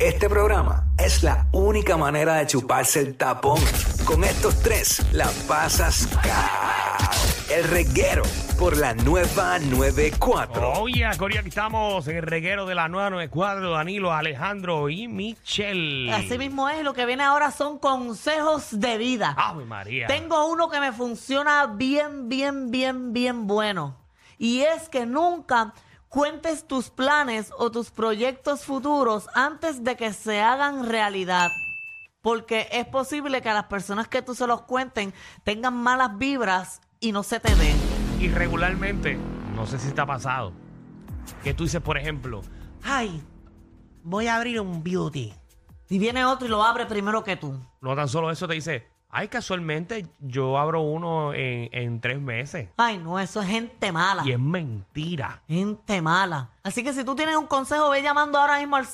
Este programa es la única manera de chuparse el tapón. Con estos tres la pasas cao. El reguero por la nueva 94. Oye, Coria, aquí estamos en el reguero de la 994, Danilo, Alejandro y Michelle. Así mismo es, lo que viene ahora son consejos de vida. Ave María. Tengo uno que me funciona bien, bien, bien, bien bueno. Y es que nunca cuentes tus planes o tus proyectos futuros antes de que se hagan realidad. Porque es posible que a las personas que tú se los cuenten tengan malas vibras y no se te den. Y regularmente, no sé si te ha pasado, que tú dices, por ejemplo, Ay, voy a abrir un beauty. y viene otro y lo abre primero que tú. no tan solo eso, te dice, ay, casualmente yo abro uno en, en tres meses. Ay, no, eso es gente mala. Y es mentira. Gente mala. Así que si tú tienes un consejo, ve llamando ahora mismo al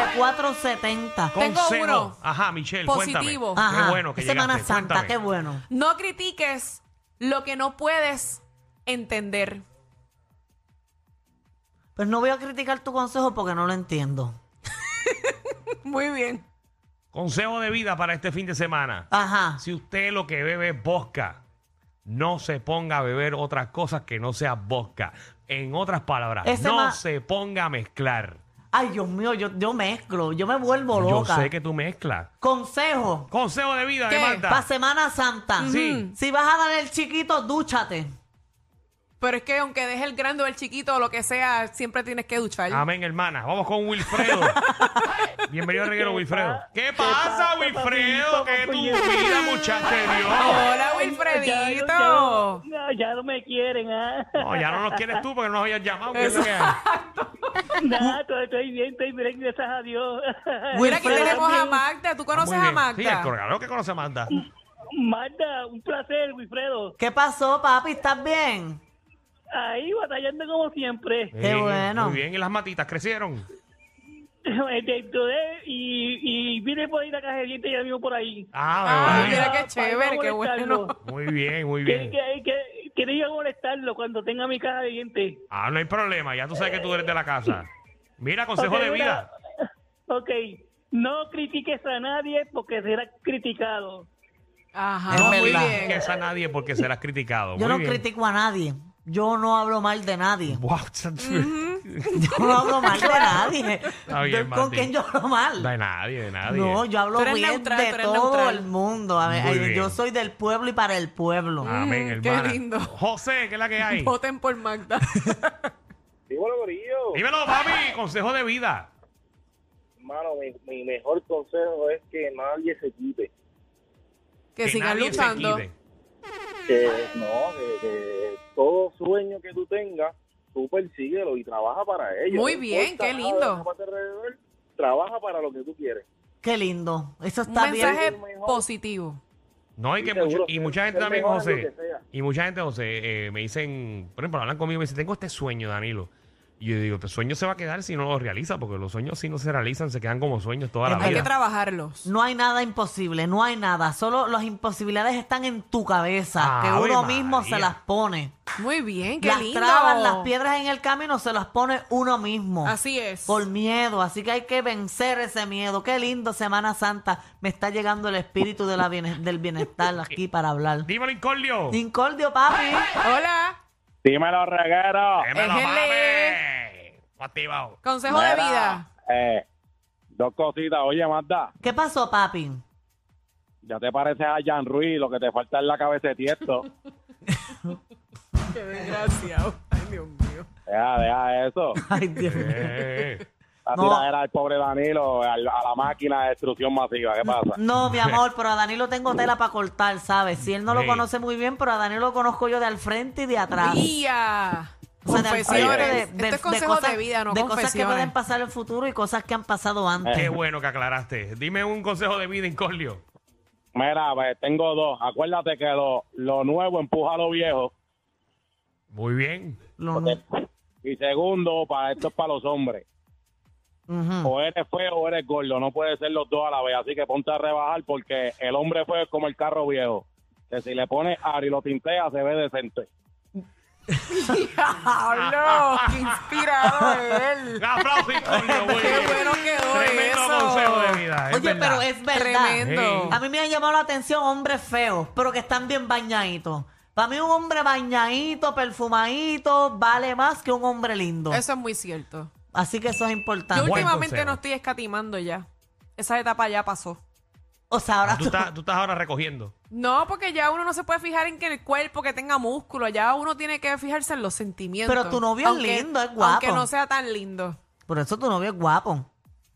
6229470. Tengo Consejo. uno. Ajá, Michelle, Positivo. cuéntame. Qué bueno que Semana llegaste, Santa, cuéntame. qué bueno. No critiques lo que no puedes entender. Pues no voy a criticar tu consejo porque no lo entiendo. Muy bien. Consejo de vida para este fin de semana. Ajá. Si usted lo que bebe es vodka, no se ponga a beber otras cosas que no sea vodka. En otras palabras, Ese no ma- se ponga a mezclar. Ay, Dios mío, yo, yo mezclo, yo me vuelvo loca. Yo sé que tú mezclas. Consejo Consejo de vida, ¿Qué? demanda. para Semana Santa. Sí. Si vas a dar el chiquito, dúchate. Pero es que aunque dejes el grande o el chiquito o lo que sea, siempre tienes que duchar. Amén, hermana. Vamos con Wilfredo. Bienvenido, Reguero Wilfredo. ¿Qué pasa, Wilfredo? ¿Qué tu vida, muchacho de Dios? Hola, Ya, no- Wilfredito. ya, no- ya no me quieren, ¿ah? No, ya no nos quieres tú porque no nos habías llamado. ¿Qué es lo que hay? Nada, todo- estoy bien, estoy bien, gracias a Dios. Mira, aquí Wilfredo, tenemos a Magda. ¿Tú conoces Ah, Muy a bien. Sí, el Magda? claro que conoce a Magda. Marta, un placer, Wilfredo. ¿Qué pasó, papi? ¿Estás bien? Ahí batallando como siempre. Eh. Bien, bueno. Muy bien, y las matitas crecieron. Dentro de, y, y vine por ahí la cajerita y ya vivo por ahí. Ah, Ay, muy bien. mira qué Ah, chévere, para qué no molestarlo. bueno. Muy bien, muy Que, bien. que, que, que no iba a molestarlo cuando tenga mi caja de dientes. Ah, no hay problema, ya tú sabes que tú eres de la casa. Mira, consejo Ok, de mira. vida. Ok, no critiques a nadie porque será criticado. Ajá, Es muy verdad. bien. critiques a nadie porque serás criticado. Yo Muy no bien. critico a nadie. Yo no hablo mal de nadie. Wow, Yo no hablo mal de nadie. bien, ¿Con Mati. quién yo hablo mal? de nadie, de nadie. No, yo hablo Tú eres bien neutral, de tú eres todo neutral. el mundo. A ver, Muy ay, bien. Ah. yo soy del pueblo y para el pueblo. Amén, Mm, qué hermana. lindo. José, ¿qué es la que hay? Voten por Magda. Dímelo, Gorillo. Dímelo, papi, consejo de vida. Mano, mi, mi mejor consejo es que nadie se quite. Que sigan nadie se luchando. quite. Que no, que, que todo sueño que tú tengas, tú persíguelo y trabaja para ello. Muy No bien, importa qué nada lindo. de lo que pase alrededor, trabaja para lo que tú quieres. Qué lindo. Eso Un está bien. mensaje Mejor. positivo. No, y, Sí, que seguro, mucho- y ser- mucha gente ser también, mejor en lo José. que sea. Y mucha gente, José, eh, me dicen, por ejemplo, hablan conmigo y me dicen, tengo este sueño, Danilo. Y yo digo, tu sueño se va a quedar si no lo realiza, porque los sueños si no se realizan se quedan como sueños toda la Es Hay que vida. trabajarlos. No hay nada imposible, no hay nada. Solo las imposibilidades están en tu cabeza, que Ave uno mismo Ah, María. se las pone. Muy bien, qué las lindo. trabas, las piedras en el camino se las pone uno mismo. Así es. Por miedo, así que hay que vencer ese miedo. Qué lindo Semana Santa. Me está llegando el espíritu de la biene- del bienestar aquí para hablar. Dímelo, Incordio. Incordio, papi. Hola. Dímelo, reguero. Dímelo, Ejele. papi. Activado. Consejo de Mira, vida. eh, dos cositas. Oye, Marta, ¿Qué pasó, papi? ya te pareces a Jan Ruiz, lo que te falta es la cabeza de tiesto. Qué desgraciado. Ay, Dios mío. deja, deja eso. Ay, Dios mío. Eh, La No. tiradera del pobre Danilo al- a la máquina de destrucción masiva. ¿Qué pasa? No, mi amor, pero a Danilo tengo tela para cortar, ¿sabes? Si él no lo Sí. conoce muy bien, pero a Danilo lo conozco yo de al frente y de atrás. Día. O sea, de al Confesiones. frente de- Esto es consejo cosas, de vida, no de cosas que confesiones. pueden pasar en el futuro y cosas que han pasado antes. Qué bueno que aclaraste. Dime un consejo de vida, Incordio. Mira, pues, tengo dos. Acuérdate que lo, lo nuevo empuja a lo viejo. Muy bien. Lo nu- Y segundo, para esto es para los hombres. Ujú. O eres feo o eres gordo. No puede ser los dos a la vez. Así que ponte a rebajar porque el hombre feo es como el carro viejo. Que si le pones ar y lo tintea, se ve decente. ¡Diablo! ¡Qué inspirado Un él! aplauso, Incordio. Muy ¡Qué bien. bueno quedó Tremendo eso! consejo de vida. es Oye, verdad. pero es verdad. Tremendo. A mí me han llamado la atención hombres feos, pero que están bien bañaditos. Para mí un hombre bañadito, perfumadito, vale más que un hombre lindo. Eso es muy cierto. Así que eso es Yo importante. Buen últimamente consejo. no estoy escatimando ya. Esa etapa ya pasó. O sea, ahora Tú tú- estás, tú estás ahora recogiendo. No, porque ya uno no se puede fijar en que el cuerpo que tenga músculo, ya uno tiene que fijarse en los sentimientos. Pero tu novio es lindo, es guapo. Aunque no sea tan lindo. Por eso tu novio es guapo.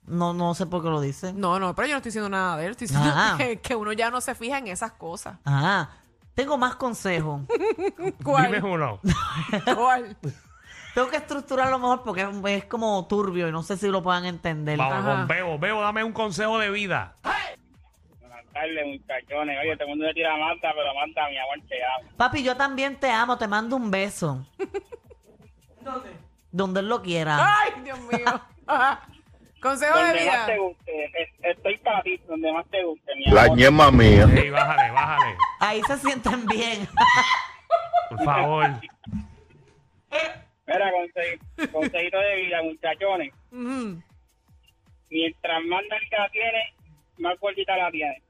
No, no sé por qué lo dice. No, no, pero yo no estoy diciendo nada de él. Estoy diciendo Ah. que, que uno ya no se fija en esas cosas. Ah, tengo más consejos. ¿Cuál? Dime uno. ¿Cuál? tengo que estructurarlo mejor porque es, es como turbio y no sé si lo puedan entender. Vamos Ajá. con Bebo. Bebo, dame un consejo de vida. Buenas tardes, muchachones. Oye, todo el mundo le tira a Marta, pero Marta, mi amor, te amo. Papi, yo también te amo, te mando un beso. ¿Dónde? Donde él lo quiera. ¡Ay, Dios mío! Ajá. Consejo de vida. guste, estoy para ti, donde más te guste, mi La ñema mía. Ey, bájale, bájale. Ahí se sienten bien. Por favor. Mira, consejito de vida, muchachones. Ujú. Mientras más nalga tiene, más gordita la tiene.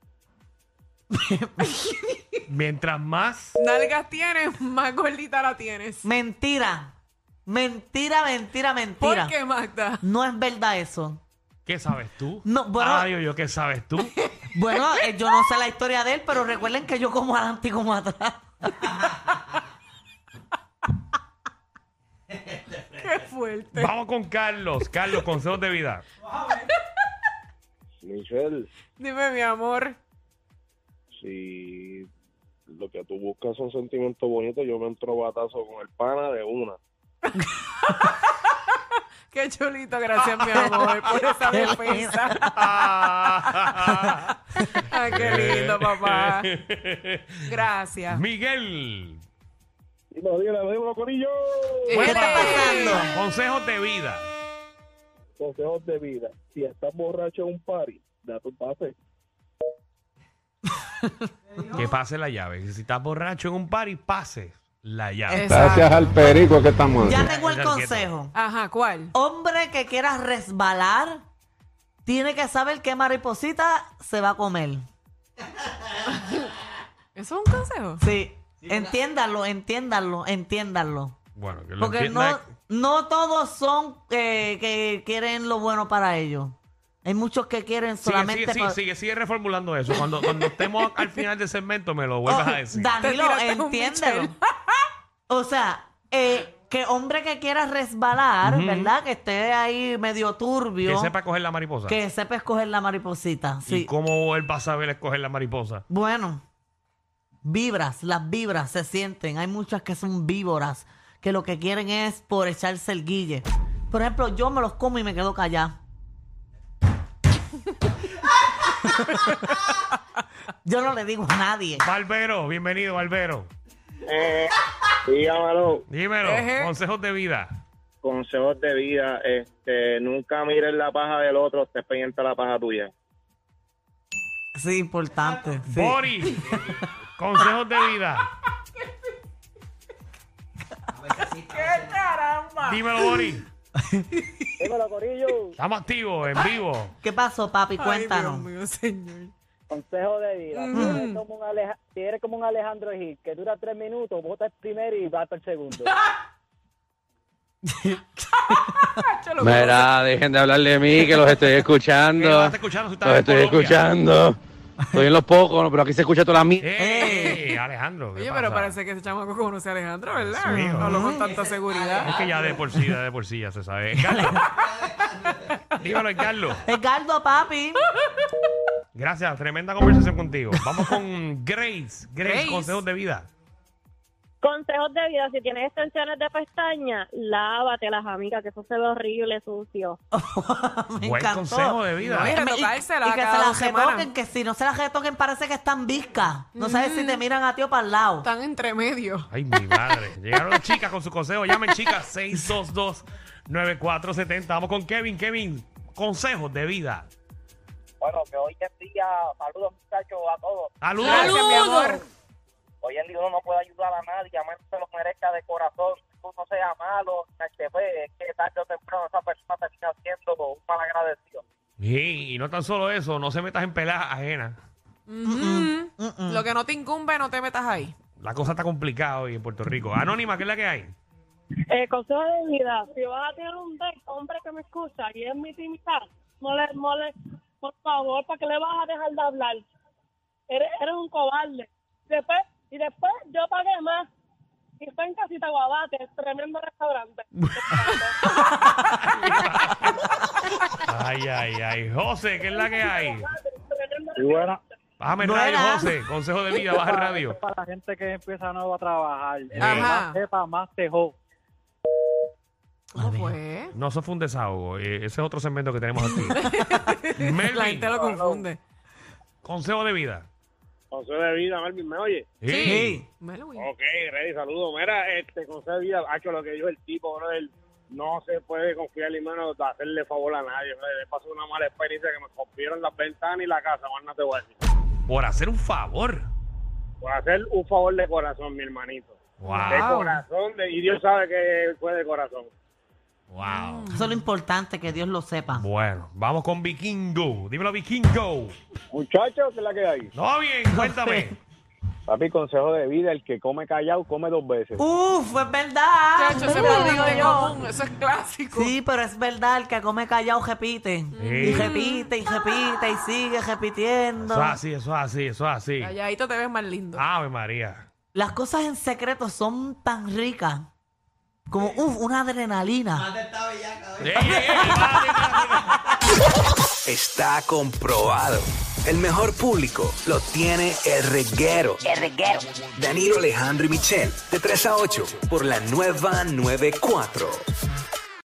Mientras más. Nalgas tienes, más gordita la tienes. mentira. Mentira, mentira, ¿Por mentira. qué, Magda? No es verdad eso. ¿Qué sabes tú? No, bueno- Ah, digo yo, ¿qué sabes tú? Bueno, eh, yo no sé la historia de él, pero recuerden que yo como adelante y como atrás. ¡Qué fuerte! Vamos con Carlos. Carlos, consejos de vida. Michelle, Dime, mi amor. si lo que tú buscas son sentimientos bonitos, yo me entro batazo con el pana de una. Qué chulito, gracias, mi amor, por esa defensa. Ay, qué lindo, papá. Gracias. Miguel. Dilo, dilo, dilo, corillo. ¿Qué está Ey. pasando? Consejos de vida. Consejos de vida. Si estás borracho en un party, da tu pase. Que pase la llave. Si estás borracho en un party, pase la llave. Exacto. al perico que estamos Ya tengo el Quieto. consejo. Ajá, ¿cuál? Hombre que quiera resbalar, tiene que saber qué mariposita se va a comer. ¿Eso es un consejo? Sí. Entiéndanlo, entiéndanlo, entiéndanlo. Bueno, que lo Porque no, entienda- no todos son eh, que quieren lo bueno para ellos. Hay muchos que quieren Sigue, solamente... sigue, sigue, pa- sigue, sigue reformulando eso. Cuando, cuando estemos al final del segmento, me lo vuelvas a Oh, decir. Te Danilo, tiraste un entiéndelo. Michel. o sea, eh, que hombre que quiera resbalar, Ujú. ¿verdad? Que esté ahí medio turbio. Que sepa coger la mariposa. que sepa escoger la mariposita. ¿Y Sí. cómo él va a saber escoger la mariposa? Bueno, vibras, las vibras se sienten. Hay muchas que son víboras, que lo que quieren es por echarse el guille. Por ejemplo, yo me los como y me quedo callada. yo no le digo a nadie. Barbero, bienvenido, Barbero. Eh, dígamelo. Dímelo, Ejé. consejos de vida. consejos de vida, este, nunca mires la paja del otro, estés pendiente de la paja tuya. Sí, importante. sí. Boris, consejos de vida. ¡Qué caramba! Dímelo, Boris. Dímelo, Corillo, Estamos activos, en vivo. ¿Qué pasó, papi? Cuéntanos. Ay, Dios mío, señor. consejo de vida. Si eres como un, Aleja- si eres como un Alejandro Gil, que dura tres minutos, vota el primero y bata el segundo. Cholo, Mira, dejen de hablar de mí, que los estoy Eh, no escuchando. está escuchando, tú estás Los en estoy Colombia. escuchando. Estoy en los pocos, ¿no? pero aquí se escucha toda la mierda. ¡Ey, Alejandlo! Eh. Oye, pero parece que ese chamaco conoce a Alejandro, ¿verdad? Dios mío. No Habló con tanta seguridad. Es que ya de por sí, ya de por sí, ya se sabe. Carlos. Dímelo, Carlos. Edgardo, papi. Gracias, tremenda conversación contigo. Vamos con Grace. Grace, Grace. consejos de vida. Consejos de vida, si tienes extensiones de pestaña, lávatelas, amiga, que eso se ve horrible, sucio. Me Buen consejo de vida. No, y Me- y- retocársela y que cada se dos las semanas. retoquen, que si no se las retoquen parece que están viscas. No sabes si te miran a ti o para el lado. Están entre medio. Ay, mi madre. Llegaron las chicas con su consejo. Llamen, chicas. 622-9470. Vamos con Kevin. Kevin, consejos de vida. Bueno, que hoy en día, saludos muchachos a todos. Saludos. Gracias, mi amor. Hoy en día uno no puede ayudar a nadie, a menos que se lo merezca de corazón. Tú no seas malo, te ve, es que tarde o temprano esa persona termina siendo un mal agradecido. Y, y no tan solo eso, no se metas en peladas ajenas. Mm. Lo que no te incumbe, no te metas ahí. La cosa está complicada hoy en Puerto Rico. Anónima, ¿qué es la que hay? Eh, consejo de vida, si vas a tener un date, hombre que me escucha y es mi timidez, no le, no le, por favor, ¿para qué le vas a dejar de hablar? Eres, eres un cobarde. Después, y después yo pagué más. Y fue en Casita Guabate, tremendo restaurante. Ay, ay, ay. José, ¿qué es la que hay? Y buena. Bájame el radio, José. Consejo de vida, baja el radio. Para la gente que empieza nuevo a trabajar. Entre Ajá. Más sepa, más tejo. ¿Cómo fue? No, eso fue un desahogo. Eh, ese es otro segmento que tenemos aquí. Melvin, La gente lo confunde. consejo de vida. Consejo de vida, Marvin, ¿me oye? Sí. Melvin. Ok, Rey, saludos. Mira, este consejo de vida, hacho, lo que dijo el tipo, bro, él no se puede confiar ni menos de hacerle favor a nadie. bro. Le pasó una mala experiencia que me rompieron las ventanas y la casa, más no te voy a decir. Por hacer un favor. Por hacer un favor de corazón, mi hermanito. Wow. De corazón, de- y Dios sabe que fue de corazón. Wow. Eso es lo importante, que Dios lo sepa. Bueno, vamos con Vikingo. Dímelo, Vikingo. Muchachos, ¿qué es la que hay? No, bien, cuéntame. Papi, consejo de vida, el que come callado come dos veces. Uf, es verdad. Chacho, es ese verdad, es digo bastante yo. común, eso es clásico. Sí, pero es verdad, el que come callado repite. Y repite, y repite, y sigue repitiendo. Eso es así, eso es así, eso es así. Calladito te ves más lindo. Ave María. Las cosas en secreto son tan ricas. Como, uf, una adrenalina. eh, Está comprobado. El mejor público lo tiene el reguero. El reguero. Danilo Alejandro y Michel, de 3 a 8, por la nueva 94.